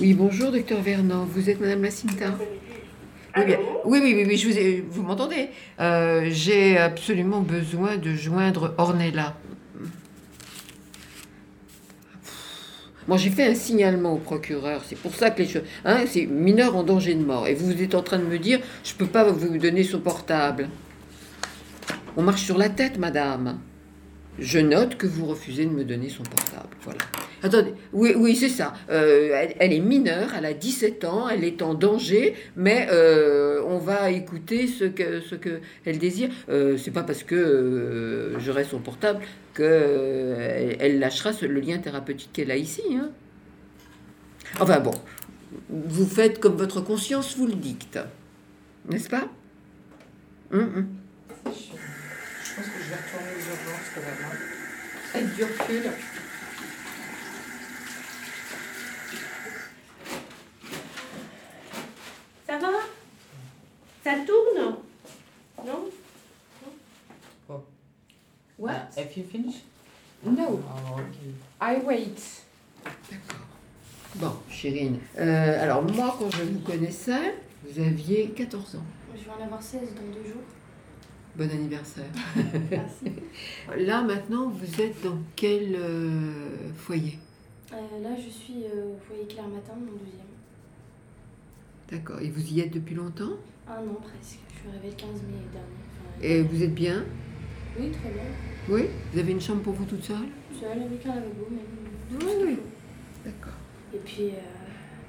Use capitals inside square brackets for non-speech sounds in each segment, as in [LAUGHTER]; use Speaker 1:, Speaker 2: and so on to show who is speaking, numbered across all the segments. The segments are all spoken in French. Speaker 1: Oui, bonjour, docteur Vernon. Vous êtes madame Lacinta oui,
Speaker 2: Allô
Speaker 1: bien- oui, oui, oui, oui, je vous, ai- vous m'entendez Euh, J'ai absolument besoin de joindre Ornella. Moi, j'ai fait un signalement au procureur. C'est pour ça que les choses. Hein, c'est mineur en danger de mort. Et vous êtes en train de me dire, je peux pas vous donner son portable. On marche sur la tête, madame. Je note que vous refusez de me donner son portable. Voilà. Attendez, oui, oui, c'est ça. Euh, elle, elle est mineure, elle a 17 ans, elle est en danger, mais euh, on va écouter ce que ce que elle désire. Euh, c'est pas parce que euh, j'aurai son portable que euh, elle, elle lâchera ce- le lien thérapeutique qu'elle a ici. hein. Enfin bon, vous faites comme votre conscience vous le dicte, n'est-ce pas Hum, hum.
Speaker 3: Je pense que je vais retourner aux urgences quand même. hein.
Speaker 1: Avec du recul.
Speaker 4: Ça va Ça tourne Non
Speaker 3: What?
Speaker 5: Ah,
Speaker 3: Have you finished?
Speaker 1: hum.
Speaker 6: No,
Speaker 3: Oh, ok.
Speaker 6: I wait.
Speaker 1: Bon, Chérine, euh, alors moi, quand je vous connaissais, vous aviez 14 ans.
Speaker 4: Je vais en avoir 16 dans deux
Speaker 1: [LAUGHS]
Speaker 4: jours. Euh,
Speaker 1: Bon anniversaire.
Speaker 4: Merci.
Speaker 1: Là, maintenant, vous êtes dans quel euh, foyer
Speaker 4: Euh, là, je suis euh, au foyer Claire Matin, mon deuxième.
Speaker 1: D'accord. Et vous y êtes depuis longtemps
Speaker 4: Un an presque. Je suis arrivée le 15 mai dernier. Enfin,
Speaker 1: Et vous êtes bien
Speaker 4: Oui, très bien.
Speaker 1: Oui Vous avez une chambre pour vous toute seule
Speaker 4: Seule avec un lavabo, même.
Speaker 1: Oui,
Speaker 4: Tout ce qu'il
Speaker 1: oui.
Speaker 4: faut.
Speaker 1: D'accord.
Speaker 4: Et puis, euh,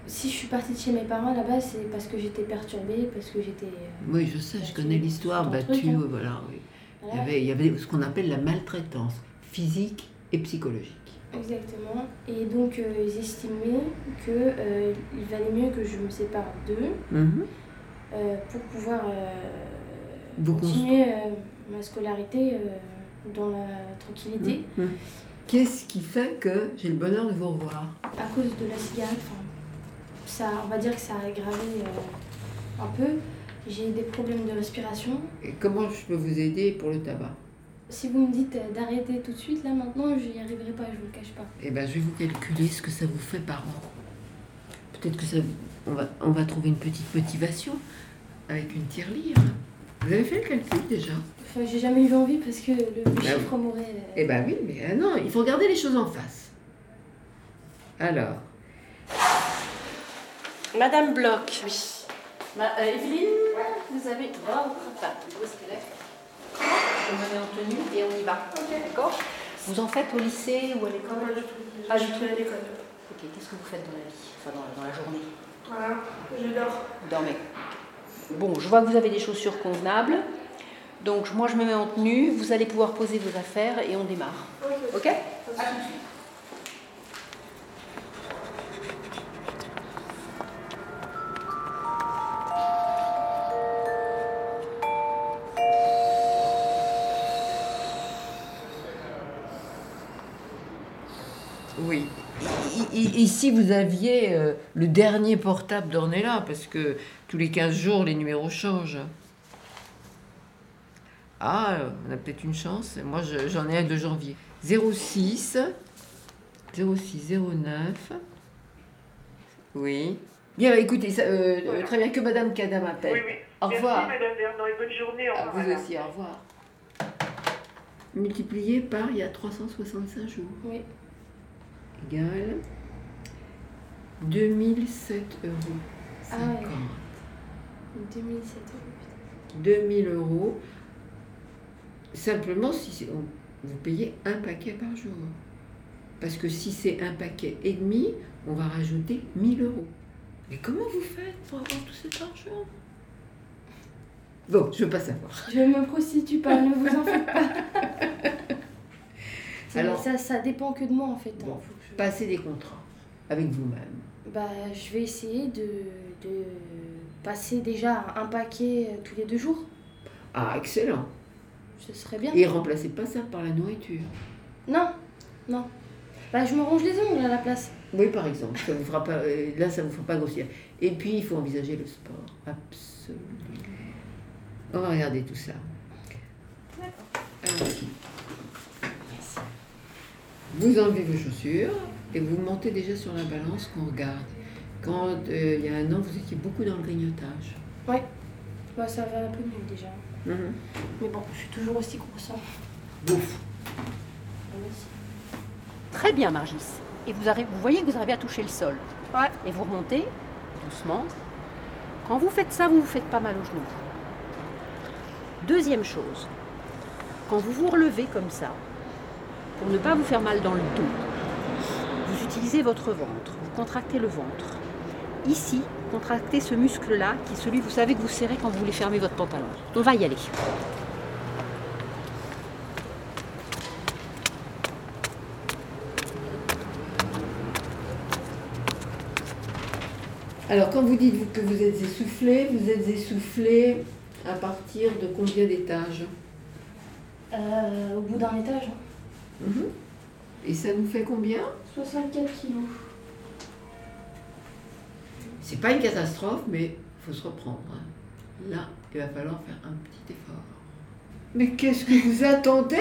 Speaker 4: si je suis partie de chez mes parents là-bas, c'est parce que j'étais perturbée, parce que j'étais. euh,
Speaker 1: Oui, je sais, je connais l'histoire
Speaker 4: Ton
Speaker 1: battue,
Speaker 4: truc, hein.
Speaker 1: voilà. oui. Il, y
Speaker 4: voilà.
Speaker 1: avait, il y avait ce qu'on appelle la maltraitance physique et psychologique.
Speaker 4: Exactement. Et donc, euh, ils estimaient que euh, il valait mieux que je me sépare d'eux
Speaker 1: Mhm.
Speaker 4: euh, pour pouvoir euh,
Speaker 1: Vous
Speaker 4: continuer euh, ma scolarité euh, dans la tranquillité
Speaker 1: Mhm. Qu'est-ce qui fait que j'ai le bonheur de vous revoir
Speaker 4: à cause de la cigarette. enfin, ça, on va dire que ça a aggravé euh, un peu. J'ai des problèmes de respiration.
Speaker 1: Et comment je peux vous aider pour le tabac
Speaker 4: Si vous me dites euh, d'arrêter tout de suite, là maintenant, je n'y arriverai pas, je vous le cache pas.
Speaker 1: Eh ben, je vais vous calculer ce que ça vous fait par an. Peut-être que ça, on va, on va trouver une petite motivation avec une tirelire. Vous avez fait le calcul déjà
Speaker 4: Enfin, j'ai jamais eu envie parce que le, le
Speaker 1: Ah oui.
Speaker 4: chiffre m'aurait. euh,
Speaker 1: Eh ben oui, mais euh, non, il faut regarder les choses en face. Alors,
Speaker 7: Madame Bloch, oui. Ma- euh, Evelyne, vous avez. Oh, enfin, où est-ce qu'elle est Vous m'avez en tenue et on y va. D'accord Vous en faites au lycée ou à l'école Ah, je suis à l'école. Ok, qu'est-ce que vous faites dans la vie Enfin, dans, dans la journée Je dors. Vous dormez Bon, je vois que vous avez des chaussures convenables. Donc, moi, je me mets en tenue. Vous allez pouvoir poser vos affaires et on démarre. Ok, À tout de suite.
Speaker 1: oui. I- i- Ici, vous aviez euh, le dernier portable d'Ornella, parce que tous les 15 jours, les numéros changent. Ah, on a peut-être une chance. Moi, je- j'en ai un de janvier. 06 06 09. Oui. Bien, écoutez, ça, euh,
Speaker 8: Voilà.
Speaker 1: très bien que Madame Kadam appelle.
Speaker 8: Oui, oui.
Speaker 1: Au
Speaker 8: Merci,
Speaker 1: revoir.
Speaker 8: Madame Vernon, et bonne journée. Au
Speaker 1: À
Speaker 8: revoir.
Speaker 1: vous
Speaker 8: madame.
Speaker 1: aussi, au revoir. Multiplié par il y a 365 jours.
Speaker 4: Oui.
Speaker 1: Égal 2007 euros.
Speaker 4: Ah
Speaker 1: 50.
Speaker 4: ouais. 2007 euros.
Speaker 1: 2000 euros. Simplement si c'est- on- vous payez un paquet par jour. Parce que si c'est un paquet et demi, on va rajouter 1000 euros. Mais comment vous faites pour avoir tout cet argent Bon, je veux pas savoir.
Speaker 4: Je me prostitue pas, ne vous en faites pas.
Speaker 1: [LAUGHS]
Speaker 4: Ça-
Speaker 1: Alors-
Speaker 4: ça, ça dépend que de moi en fait. hein.
Speaker 1: Bon,
Speaker 4: Faut que je-
Speaker 1: Passez des contrats avec vous-même.
Speaker 4: Bah, je vais essayer de, de passer déjà un paquet euh, tous les deux jours.
Speaker 1: Ah, excellent.
Speaker 4: Ce serait bien.
Speaker 1: Et remplacez pas ça par la nourriture.
Speaker 4: Non, non. Bah, je me ronge les ongles à la place.
Speaker 1: Oui, par exemple, ça vous fera pas, euh, là, ça vous fera pas grossir. Et puis, il faut envisager le sport, absolument. On va regarder tout ça. D'accord. Vous enlevez vos chaussures et vous montez déjà sur la balance qu'on regarde. quand euh, il y a un an, vous étiez beaucoup dans le grignotage.
Speaker 4: Bah, ça va un peu mieux déjà. Mais bon, je suis toujours aussi grosse. hein.
Speaker 1: Ouf.
Speaker 7: Très bien, Margis. Et vous, arrivez, vous voyez que vous arrivez à toucher le sol.
Speaker 4: Ouais.
Speaker 7: Et vous remontez doucement. Quand vous faites ça, vous vous faites pas mal aux genoux. Deuxième chose, quand vous vous relevez comme ça, pour ne pas vous faire mal dans le dos, vous utilisez votre ventre, vous contractez le ventre. Ici, contractez ce muscle-là, qui est celui, vous savez, que vous serrez quand vous voulez fermer votre pantalon. On va y aller.
Speaker 1: Alors, quand vous dites vous, que vous êtes essoufflé, vous êtes essoufflé à partir de combien d'étages
Speaker 4: Euh, au bout d'un étage, hein.
Speaker 1: Mhm. Et ça nous fait combien
Speaker 4: 64 kilos.
Speaker 1: C'est pas une catastrophe, mais faut se reprendre. hein. Là, il va falloir faire un petit effort. Mais qu'est-ce que vous attendez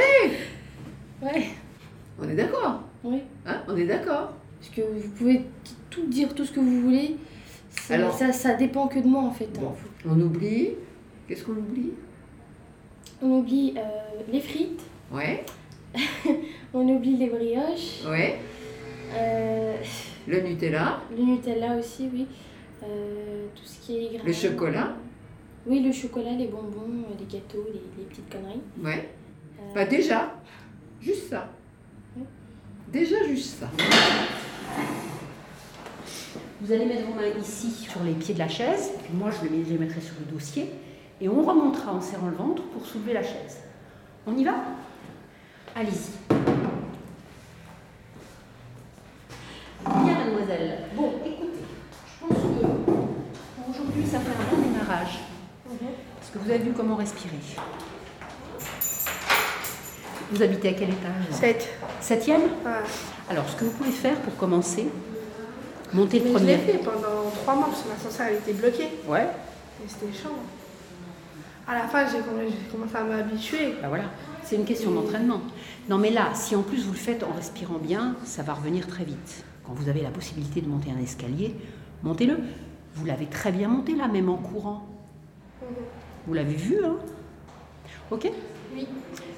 Speaker 4: Ouais.
Speaker 1: On est d'accord
Speaker 4: Oui.
Speaker 1: hein On est d'accord
Speaker 4: Parce que vous pouvez t- tout dire, tout ce que vous voulez. C'est-
Speaker 1: Alors-
Speaker 4: ça, ça dépend que de moi en fait. hein.
Speaker 1: Bon, on oublie. Qu'est-ce qu'on oublie
Speaker 4: On oublie euh, les frites,
Speaker 1: Ouais,
Speaker 4: on oublie les brioches,
Speaker 1: ouais.
Speaker 4: euh,
Speaker 1: Le Nutella,
Speaker 4: le Nutella aussi, oui. Euh, tout ce qui est gras.
Speaker 1: le chocolat,
Speaker 4: Oui, le chocolat, les bonbons, euh, les gâteaux, les, les petites conneries.
Speaker 1: ouais.
Speaker 4: Euh,
Speaker 1: Bah déjà, juste ça. Déjà juste ça.
Speaker 7: Vous allez mettre vos mains ici sur les pieds de la chaise, puis moi je les mets- je les mettrai sur le dossier, et on remontera en serrant le ventre pour soulever la chaise. On y va Allez-y. Bien, mademoiselle. Bon, écoutez, je pense que pour aujourd'hui ça fait un bon démarrage.
Speaker 2: Mhm.
Speaker 7: Parce que vous avez vu comment respirer. Vous habitez à quel étage
Speaker 2: 7.
Speaker 7: Septième
Speaker 2: Ouais.
Speaker 7: Alors, ce que vous pouvez faire pour commencer, montez le
Speaker 2: Mais je l'ai
Speaker 7: premier.
Speaker 2: fait pendant 3 mois parce que l'ascenseur il était bloqué
Speaker 7: Ouais,
Speaker 2: et c'était chiant. À la fin, j'ai comm- j'ai commencé à m'habituer.
Speaker 7: Bah voilà, c'est une question d'entraînement. Non mais là, si en plus vous le faites en respirant bien, ça va revenir très vite. Quand vous avez la possibilité de monter un escalier, montez-le. Vous l'avez très bien monté là, même en courant. Vous l'avez vu, hein Ok
Speaker 2: Oui.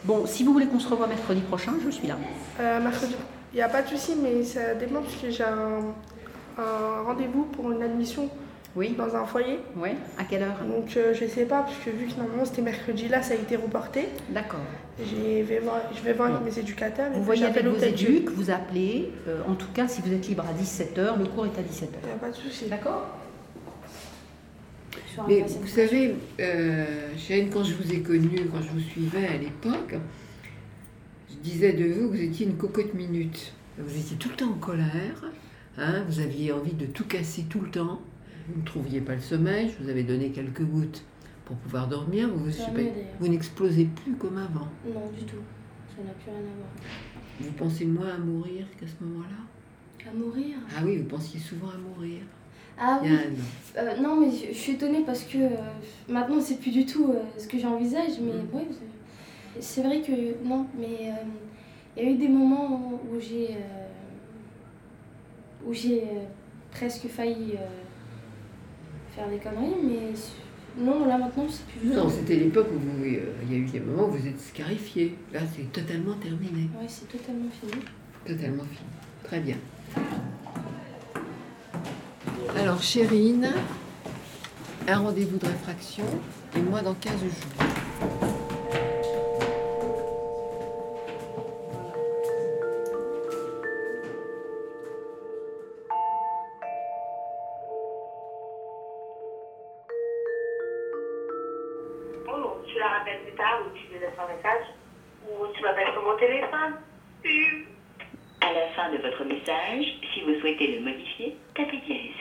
Speaker 7: Bon, si vous voulez qu'on se revoie mercredi prochain, je suis là.
Speaker 2: Euh, mercredi, il n'y a pas de souci, mais ça dépend parce que j'ai un, un rendez-vous pour une admission
Speaker 7: Oui
Speaker 2: dans un foyer.
Speaker 7: Ouais À quelle heure
Speaker 2: Donc euh, je sais pas, parce que vu que normalement c'était mercredi, là ça a été reporté.
Speaker 7: D'accord.
Speaker 2: J'ai- vais voir- Je vais voir avec mes éducateurs. et
Speaker 7: Mm. Vous
Speaker 2: puis
Speaker 7: voyez avec
Speaker 2: j'appelle
Speaker 7: vos
Speaker 2: l'hôtel Dieu.
Speaker 7: éduques, vous appelez. Euh, en tout cas, si vous êtes libre à 17h, le cours est à 17h.
Speaker 2: Il n'y a pas de souci.
Speaker 7: D'accord
Speaker 4: sur un
Speaker 1: Mais
Speaker 4: passage.
Speaker 1: vous savez, euh, Shane, quand je vous ai connue, quand je vous suivais à l'époque, je disais de vous que vous étiez une cocotte minute. Vous étiez tout le temps en colère, hein, vous aviez envie de tout casser tout le temps. Vous ne trouviez pas le sommeil, je vous avais donné quelques gouttes pour pouvoir dormir. Vous, vous,
Speaker 4: Ça va
Speaker 1: super-
Speaker 4: mieux, d'ailleurs.
Speaker 1: vous n'explosez plus comme avant.
Speaker 4: euh, Non, du tout. Ça n'a plus rien à voir.
Speaker 1: Vous pensez moins à mourir qu'à ce moment-là
Speaker 4: À mourir
Speaker 1: Ah oui, vous pensiez souvent à mourir.
Speaker 4: Ah
Speaker 1: Il y a
Speaker 4: oui.
Speaker 1: un an.
Speaker 4: Euh, non, mais je, je suis étonnée parce que euh, maintenant, c'est plus du tout euh, ce que j'envisage. Mais
Speaker 1: Mm.
Speaker 4: ouais, c'est- c'est vrai que non. Mais euh, il y a eu des moments où j'ai euh, où j'ai euh, presque failli euh, faire des conneries. Mais je- non, là maintenant, c'est plus du tout.
Speaker 1: Non, c'était l'époque où vous- euh, il y a eu des moments où vous êtes scarifié. Là, c'est totalement terminé.
Speaker 4: Ouais, c'est totalement fini.
Speaker 1: Totalement fini. Très bien. Alors, Chérine, un rendez-vous de réfraction et moi dans 15 jours.
Speaker 6: Bonjour, Oh, tu la rappelles plus tard ou tu lui laisses un message ou tu m'appelles sur mon téléphone.
Speaker 8: Euh,
Speaker 6: Hum.
Speaker 8: À la fin de votre message, si vous souhaitez le modifier, tapez dièse.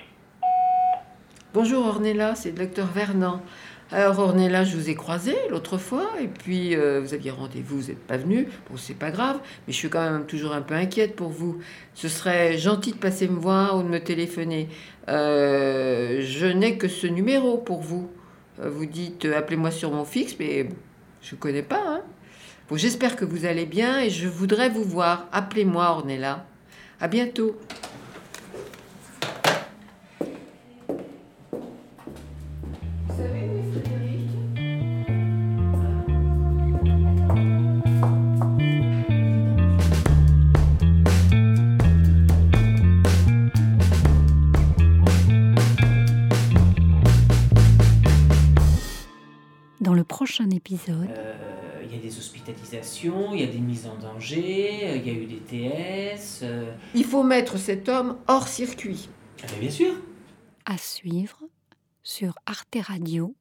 Speaker 1: Bonjour Ornella, c'est le docteur Vernant. Alors Ornella, je vous ai croisé l'autre fois et puis euh, vous aviez rendez-vous, vous n'êtes pas venu. Bon, c'est pas grave, mais je suis quand même toujours un peu inquiète pour vous. Ce serait gentil de passer me voir ou de me téléphoner. Euh, je n'ai que ce numéro pour vous. Euh, Vous dites euh, appelez-moi sur mon fixe, mais bon, je ne connais pas. hein. Bon, j'espère que vous allez bien et je voudrais vous voir. Appelez-moi Ornella. À bientôt.
Speaker 9: prochain épisode.
Speaker 5: Euh, Il y a des hospitalisations, il y a des mises en danger, euh, il y a eu des TS. euh,
Speaker 1: Il faut mettre cet homme hors circuit.
Speaker 5: Ah ben bien sûr
Speaker 9: À suivre sur arteradio.com.